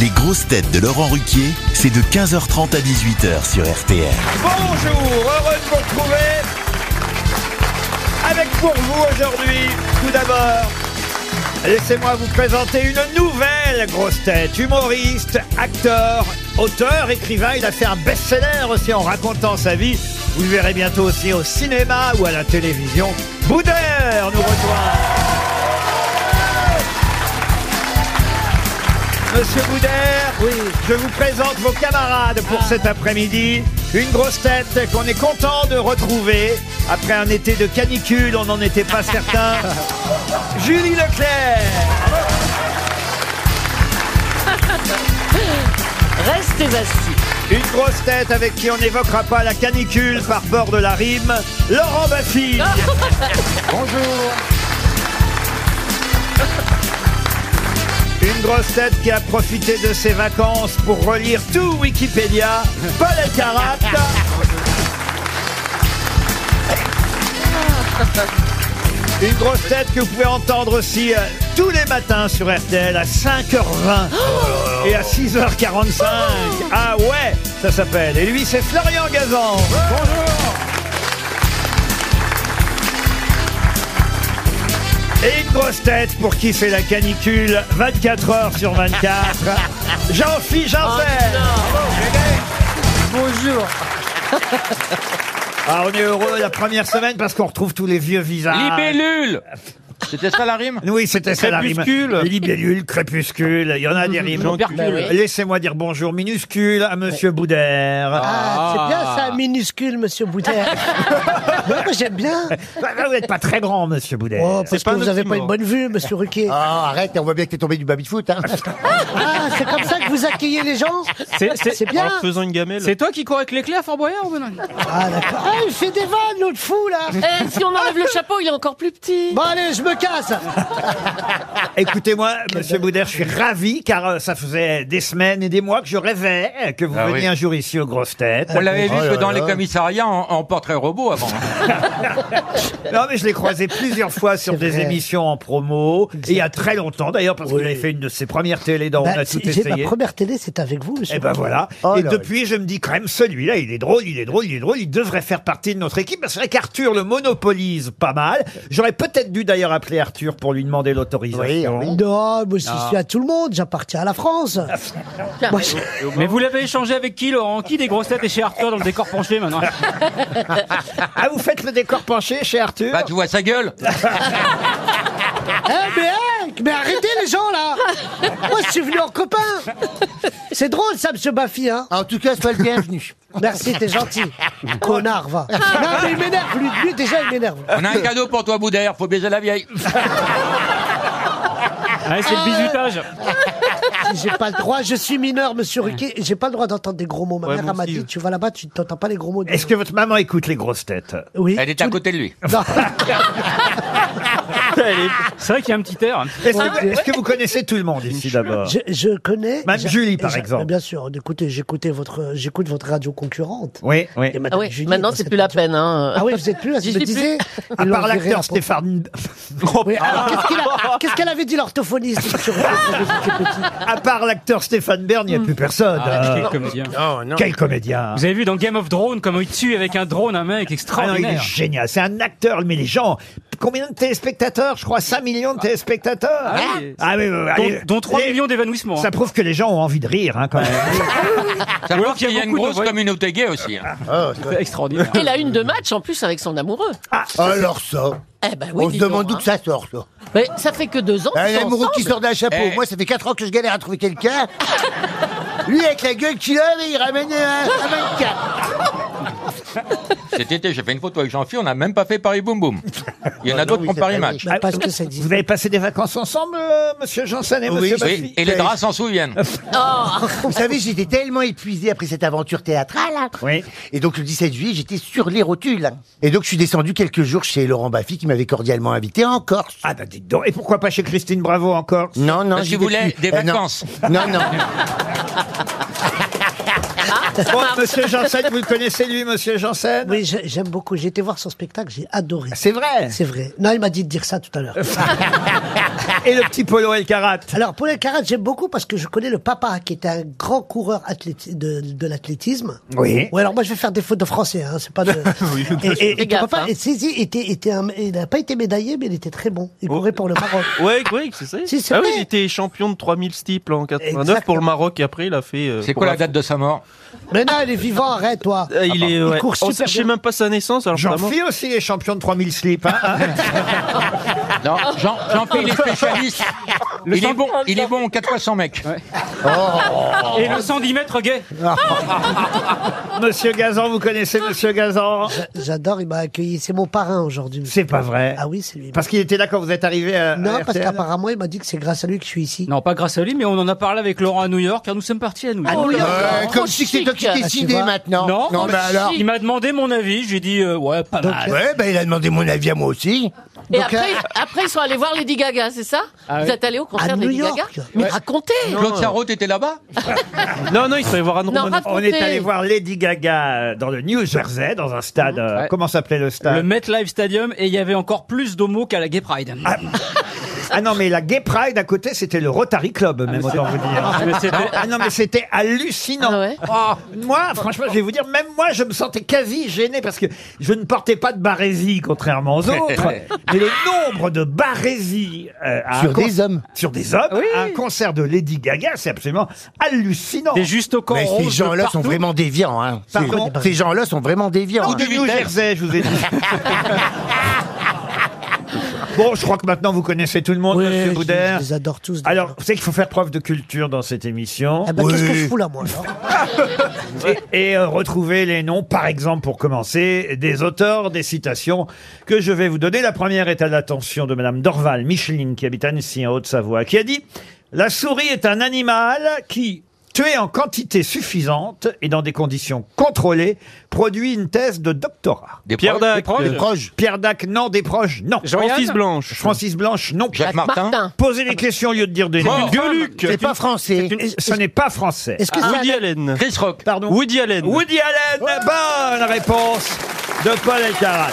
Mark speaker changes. Speaker 1: Les grosses têtes de Laurent Ruquier, c'est de 15h30 à 18h sur RTL.
Speaker 2: Bonjour, heureux de vous retrouver avec pour vous aujourd'hui, tout d'abord, laissez-moi vous présenter une nouvelle grosse tête, humoriste, acteur, auteur, écrivain. Il a fait un best-seller aussi en racontant sa vie. Vous le verrez bientôt aussi au cinéma ou à la télévision. Boudère nous rejoint. Monsieur Boudère, je vous présente vos camarades pour
Speaker 3: Ah.
Speaker 2: cet après-midi. Une grosse tête qu'on est content de retrouver. Après un été de canicule, on n'en était pas certain. Julie Leclerc,
Speaker 3: Restez assis.
Speaker 2: une grosse tête avec qui on n'évoquera pas la canicule par bord de la rime. Laurent Baffy.
Speaker 3: Ah.
Speaker 2: Bonjour. Une grosse tête qui a profité de ses vacances pour relire tout Wikipédia, Paul Elkarat. Une grosse tête que vous pouvez entendre aussi euh, tous les matins sur RTL à 5h20 et à 6h45. Ah ouais, ça s'appelle. Et lui, c'est Florian Gazan. Bonjour. Et une grosse tête pour qui c'est la canicule 24 heures sur 24. Jean-Philippe Janssen.
Speaker 3: Bonjour.
Speaker 2: Ah, on est heureux la première semaine parce qu'on retrouve tous les vieux visages.
Speaker 4: Ah. Libellule C'était ça la rime
Speaker 2: Oui, c'était ça la rime.
Speaker 4: Crépuscule.
Speaker 2: Libellule, crépuscule, il y en a des rimes.
Speaker 5: Bah
Speaker 2: Laissez-moi dire bonjour minuscule à Monsieur Boudère.
Speaker 5: Ah, c'est bien ça, minuscule, monsieur Boudère. Moi, j'aime bien.
Speaker 2: Bah, bah, vous n'êtes pas très grand, Monsieur Boudère.
Speaker 5: Oh, parce
Speaker 4: pas
Speaker 5: que vous
Speaker 4: notre
Speaker 5: n'avez pas
Speaker 4: humour.
Speaker 5: une bonne vue, monsieur Ruquier. Ah,
Speaker 6: Ah, arrête, on voit bien que t'es tombé du baby-foot. Hein.
Speaker 5: c'est comme ça que vous accueillez les gens Ah, C'est bien.
Speaker 4: faisant une gamelle. C'est toi qui cours avec l'éclair à Fort Boyard ou non
Speaker 5: Ah, d'accord. Ah, il fait des vannes, l'autre fou, là.
Speaker 3: Eh, si on enlève le chapeau, il est encore plus petit. Ah
Speaker 5: Bon, allez, je me casse.
Speaker 2: Écoutez-moi, Monsieur Boudère, je suis ravi car euh, ça faisait des semaines et des mois que je rêvais euh, que vous
Speaker 4: Ah
Speaker 2: veniez
Speaker 4: oui.
Speaker 2: un jour ici aux grosses têtes.
Speaker 5: Ah.
Speaker 4: On l'avait vu
Speaker 6: Oh là
Speaker 4: que dans les
Speaker 6: là.
Speaker 4: commissariats, on, on portrait robot avant. hein.
Speaker 2: Non, mais je l'ai croisé plusieurs fois sur
Speaker 5: C'est
Speaker 2: des
Speaker 5: vrai.
Speaker 2: émissions en promo. Et il y a très longtemps d'ailleurs, parce que
Speaker 5: Oui.
Speaker 2: j'avais fait une de ses premières télé dans On
Speaker 5: Bah,
Speaker 2: a tout
Speaker 5: si- j'ai ma
Speaker 2: essayé.
Speaker 5: première télé, c'est avec vous, monsieur.
Speaker 2: Et ben
Speaker 5: Boudère.
Speaker 2: voilà.
Speaker 6: Oh
Speaker 2: et
Speaker 6: là
Speaker 2: depuis, je me dis quand même, celui-là, il est drôle, il est drôle, il est drôle, il devrait faire partie de notre équipe. Parce que c'est vrai qu'Arthur le monopolise pas mal. J'aurais peut-être dû d'ailleurs appeler Arthur pour lui demander l'autorisation.
Speaker 6: Oui, ah
Speaker 5: Non, moi, je suis à tout le monde, j'appartiens à la France. Moi, je-
Speaker 7: Mais vous l'avez échangé avec qui, Laurent Qui des grosses têtes et chez Arthur dans le décor penché maintenant
Speaker 2: Ah, vous faites le décor penché chez Arthur
Speaker 4: Bah, tu vois sa gueule
Speaker 5: Eh, mais, eh, mais arrêtez les gens, là. Moi, je suis venu en copain. C'est drôle, ça, monsieur Baffy, hein.
Speaker 6: Ah, En tout cas, sois le bienvenu. Ah.
Speaker 5: Merci, t'es gentil. Connard, va. Non, mais il m'énerve, lui, lui, déjà, il m'énerve.
Speaker 4: On a un cadeau pour toi, Boudère, faut baiser la vieille.
Speaker 7: Allez, Ah, c'est
Speaker 3: Ah.
Speaker 7: le bisutage.
Speaker 5: J'ai pas le droit, je suis mineur, monsieur Riquet, j'ai pas le droit d'entendre des gros mots. Ma mère elle m'a dit, tu vas là-bas, tu t'entends pas les gros mots.
Speaker 2: Est-ce que votre maman écoute les grosses têtes
Speaker 5: Oui.
Speaker 4: Elle est à côté de lui.
Speaker 5: Non.
Speaker 7: C'est vrai qu'il y a un petit air.
Speaker 2: Est-ce que,
Speaker 5: Ah,
Speaker 2: est-ce que vous connaissez tout le monde ici d'abord
Speaker 5: Je, je connais.
Speaker 2: Madame
Speaker 5: j'a-
Speaker 2: Julie, par
Speaker 5: j'a-
Speaker 2: exemple.
Speaker 5: mais Bien sûr. Écoutez, j'écoutais votre, j'écoute votre radio concurrente.
Speaker 2: Oui, oui.
Speaker 5: Et
Speaker 3: Ah
Speaker 5: Madame
Speaker 3: oui,
Speaker 5: Julie,
Speaker 3: maintenant,
Speaker 5: dans
Speaker 3: c'est
Speaker 5: cette
Speaker 3: plus la
Speaker 5: radio-
Speaker 3: peine. Hein.
Speaker 5: Ah oui, vous êtes plus là, je
Speaker 3: J'y
Speaker 5: me
Speaker 3: suis plus.
Speaker 5: disais.
Speaker 2: À
Speaker 5: ils l'ont
Speaker 2: part
Speaker 5: viré
Speaker 2: l'acteur
Speaker 5: à propos-
Speaker 2: Stéphane.
Speaker 5: Oui, alors, qu'est-ce qu'il a- qu'est-ce qu'elle avait dit l'orthophoniste monsieur Riquet
Speaker 2: À part l'acteur Stéphane Bern, il
Speaker 5: Mm.
Speaker 2: n'y a plus personne.
Speaker 5: Ah,
Speaker 6: Ah,
Speaker 2: Euh,
Speaker 7: Quel comédien.
Speaker 2: Quel comédien
Speaker 7: hein.
Speaker 2: hein.
Speaker 7: Vous avez vu dans Game of Drone comment il tue avec un drone un mec
Speaker 2: Ah non, il est
Speaker 7: extraordinaire.
Speaker 2: génial. C'est un acteur, mais les gens. Combien de téléspectateurs Je crois 5 millions de téléspectateurs. Ah,
Speaker 7: oui.
Speaker 2: oui, oui, oui, allez.
Speaker 7: dont, dont 3
Speaker 2: Les-
Speaker 7: millions d'évanouissements. hein.
Speaker 2: Ça prouve que les gens ont envie de rire, hein, quand même.
Speaker 4: Ça
Speaker 7: Ou
Speaker 4: prouve
Speaker 7: alors
Speaker 4: qu'il y a une
Speaker 7: beaucoup
Speaker 4: grosse
Speaker 7: d'envoyés.
Speaker 4: communauté gay aussi. hein.
Speaker 7: C'est extraordinaire.
Speaker 3: Il a une de match en plus avec son amoureux.
Speaker 6: Alors ça,
Speaker 3: Eh ben oui,
Speaker 6: on se
Speaker 3: dis
Speaker 6: demande
Speaker 3: donc,
Speaker 6: d'où
Speaker 3: hein.
Speaker 6: que ça sort. Ça.
Speaker 3: Mais ça fait que deux ans. qu'ils
Speaker 6: Un
Speaker 3: sont
Speaker 6: amoureux qui
Speaker 3: ensemble.
Speaker 6: sort d'un chapeau.
Speaker 4: Eh.
Speaker 6: Moi, ça fait 4 ans que je galère à trouver quelqu'un. Lui, avec la gueule qu'il a, mais il ramène un, un mannequin.
Speaker 4: Cet été, j'ai fait une photo avec Jean-Philippe, on n'a même pas fait Paris Boum Boum. Il y en a
Speaker 6: Ah non,
Speaker 4: d'autres
Speaker 6: oui,
Speaker 4: qui ont
Speaker 6: c'est
Speaker 4: Paris
Speaker 6: pas
Speaker 4: Match.
Speaker 5: Bah, Parce que ça existe.
Speaker 2: Vous avez passé des vacances ensemble, euh, monsieur Janssen et monsieur Baffy
Speaker 4: Oui, et les draps s'en
Speaker 6: Ah,
Speaker 4: souviennent.
Speaker 6: Vous savez, j'étais tellement épuisé après cette aventure théâtrale. hein.
Speaker 2: Oui.
Speaker 6: Et donc, le 17 juillet, j'étais sur les rotules. hein. Et donc, je suis descendu quelques jours chez Laurent Baffy, qui m'avait cordialement invité en Corse. Ah,
Speaker 2: Ah, bah, dites donc. Et pourquoi pas chez Christine Bravo encore
Speaker 6: Non, non,
Speaker 4: Parce
Speaker 6: j'y
Speaker 4: qu'il
Speaker 6: vais
Speaker 4: voulait
Speaker 6: plus.
Speaker 4: des
Speaker 6: non.
Speaker 4: vacances.
Speaker 6: Non, non.
Speaker 2: Bon, Oh, monsieur Janssen, vous le connaissez lui, monsieur Janssen
Speaker 5: Oui, j'ai- j'aime beaucoup. J'ai été voir son spectacle, j'ai adoré.
Speaker 2: C'est vrai.
Speaker 5: Ah, C'est vrai. Non, il m'a dit de dire ça tout à l'heure.
Speaker 2: Et le petit Polo El Karat
Speaker 5: Alors, pour les karates, j'aime beaucoup parce que je connais le papa qui était un grand coureur athléti- de, de l'athlétisme.
Speaker 2: Oui.
Speaker 5: Ouais, alors moi, je vais faire des fautes de français, hein, c'est pas de... et, et- et
Speaker 3: Fais
Speaker 5: ton
Speaker 3: gaffe,
Speaker 5: papa,
Speaker 3: hein.
Speaker 5: et si, si, était, était un- il n'a pas été médaillé, mais il était très bon. Il courait pour le Maroc.
Speaker 8: Ouais, ouais, c'est ça.
Speaker 5: Si, c'est
Speaker 8: ah oui,
Speaker 5: vrai.
Speaker 8: il était champion de 3000 steeples en 89
Speaker 5: Exactement.
Speaker 8: pour le Maroc et après il a fait. euh,
Speaker 4: C'est
Speaker 8: pour
Speaker 4: quoi la Ah, date de sa mort
Speaker 5: Mais non, il est vivant, arrête, toi. Ah,
Speaker 8: Euh, il
Speaker 4: bah.
Speaker 8: est.
Speaker 5: Il
Speaker 8: ouais.
Speaker 5: court
Speaker 8: On
Speaker 5: super
Speaker 8: sait
Speaker 5: bien.
Speaker 8: même pas sa naissance alors
Speaker 2: jean
Speaker 8: vraiment.
Speaker 2: phi aussi est champion de 3000 slips. hein.
Speaker 4: Non, Jean, jean il est spécialiste. Il est bon, il est bon, 4 fois 100 mecs.
Speaker 7: Et le 110 mètres gay.
Speaker 2: monsieur Gazan, vous connaissez monsieur Gazan
Speaker 5: J'adore, il m'a accueilli. C'est mon parrain aujourd'hui.
Speaker 2: C'est pas vrai.
Speaker 5: Ah oui, c'est lui.
Speaker 2: Parce qu'il était là quand vous êtes arrivé à.
Speaker 5: Non,
Speaker 2: à
Speaker 5: parce
Speaker 2: RTL.
Speaker 5: qu'apparemment, il m'a dit que c'est grâce à lui que je suis ici.
Speaker 7: Non, pas grâce à lui, mais on en a parlé avec Laurent à New York, car nous sommes partis à New York.
Speaker 3: Ah, New York,
Speaker 6: Euh,
Speaker 3: trop
Speaker 6: comme si c'était
Speaker 3: chic.
Speaker 6: toi qui
Speaker 3: Ah, tu
Speaker 6: décidais
Speaker 5: vois.
Speaker 6: maintenant.
Speaker 7: Non,
Speaker 6: non,
Speaker 7: mais
Speaker 6: mais alors.
Speaker 7: Il m'a demandé mon avis, j'ai dit euh, ouais, pas mal.
Speaker 6: Ouais, bah, il a demandé mon avis à moi aussi.
Speaker 3: Et
Speaker 5: Donc,
Speaker 3: après,
Speaker 5: euh,
Speaker 3: après, ils sont allés voir Lady Gaga, c'est ça Vous êtes allés au concert
Speaker 5: À
Speaker 3: de
Speaker 5: New
Speaker 3: Lady
Speaker 5: York.
Speaker 3: Gaga Mais racontez
Speaker 4: Claude Sarraute était là-bas
Speaker 8: Non, non, il fallait voir un
Speaker 3: Non,
Speaker 8: Romanoff.
Speaker 3: racontez
Speaker 2: On est allé voir Lady Gaga euh, dans le New Jersey, dans un
Speaker 3: Mhm.
Speaker 2: stade. euh,
Speaker 7: Ouais.
Speaker 2: Comment s'appelait le
Speaker 7: Le
Speaker 2: stade
Speaker 7: MetLife Stadium, et il y avait encore plus d'homos qu'à la Gay Pride.
Speaker 2: Ah non, mais la Gay Pride à côté, c'était le Rotary Club, même autant vous dire.
Speaker 7: Mais c'était-
Speaker 2: Ah non, mais c'était hallucinant.
Speaker 3: Ah ouais
Speaker 2: Ah, moi, franchement, je vais vous dire, même moi, je me sentais quasi gêné parce que je ne portais pas de barésie, contrairement aux autres. mais le nombre de barésies euh, à un
Speaker 6: Sur
Speaker 2: con-
Speaker 6: des hommes.
Speaker 2: sur des hommes, à un concert de Lady Gaga, c'est absolument hallucinant.
Speaker 7: Des justes au corps
Speaker 6: Mais ces
Speaker 7: roses de
Speaker 6: gens-là sont
Speaker 7: partout.
Speaker 6: vraiment déviants. Hein. Ces-
Speaker 2: Pardon
Speaker 6: Ces gens-là sont vraiment déviants.
Speaker 2: Ou
Speaker 6: hein.
Speaker 2: du New Jersey, je vous ai dit. bon, je crois que maintenant vous connaissez tout le monde,
Speaker 5: ouais,
Speaker 2: monsieur
Speaker 5: je-
Speaker 2: Boudère.
Speaker 5: je les adore tous. d'ailleurs.
Speaker 2: Alors, vous savez qu'il faut faire preuve de culture dans cette émission
Speaker 5: Eh ben, qu'est-ce que
Speaker 6: Oui.
Speaker 5: je fous là, moi alors
Speaker 2: et, et, euh, retrouver les noms, par exemple, pour commencer, des auteurs, des citations que je vais vous donner. La première est à l'attention de Madame Dorval Micheline, qui habite Annecy, en Haute-Savoie, qui a dit « La souris est un animal qui, tué en quantité suffisante et dans des conditions contrôlées, produit une thèse de doctorat. »
Speaker 4: Des
Speaker 8: Pierre
Speaker 4: proches,
Speaker 8: Dac, euh,
Speaker 6: Proche.
Speaker 2: Pierre Dac, non. Des proches, non.
Speaker 8: Francis Blanche.
Speaker 2: Francis Blanche, non.
Speaker 4: Jacques Martin.
Speaker 2: Posez des questions au lieu de dire des
Speaker 4: Mort.
Speaker 2: noms.
Speaker 8: Gueuluc.
Speaker 6: C'est pas français.
Speaker 2: Ce n'est pas français.
Speaker 5: Est-ce que c'est
Speaker 8: Woody Allen.
Speaker 4: Chris Rock.
Speaker 2: Pardon.
Speaker 8: Woody Allen.
Speaker 2: Woody Allen, bonne réponse de Paul Elkarat.